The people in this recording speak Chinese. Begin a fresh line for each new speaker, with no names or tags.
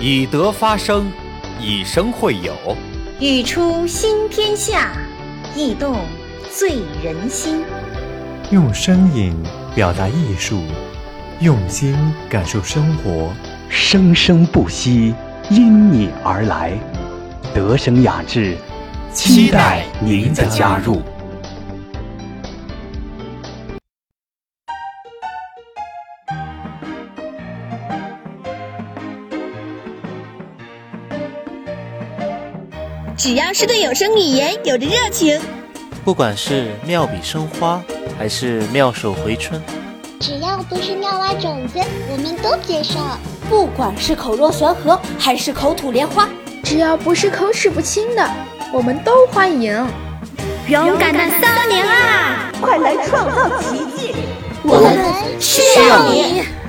以德发声，以生会友。
语出新天下，意动醉人心。
用声音表达艺术，用心感受生活。
生生不息，因你而来。德生雅致，期待您的加入。
只要是对有声语言有着热情，
不管是妙笔生花，还是妙手回春，
只要不是妙蛙种子，我们都接受。
不管是口若悬河，还是口吐莲花，
只要不是口齿不清的，我们都欢迎。
勇敢的三年啊，
快来创造奇迹！
我们需要你。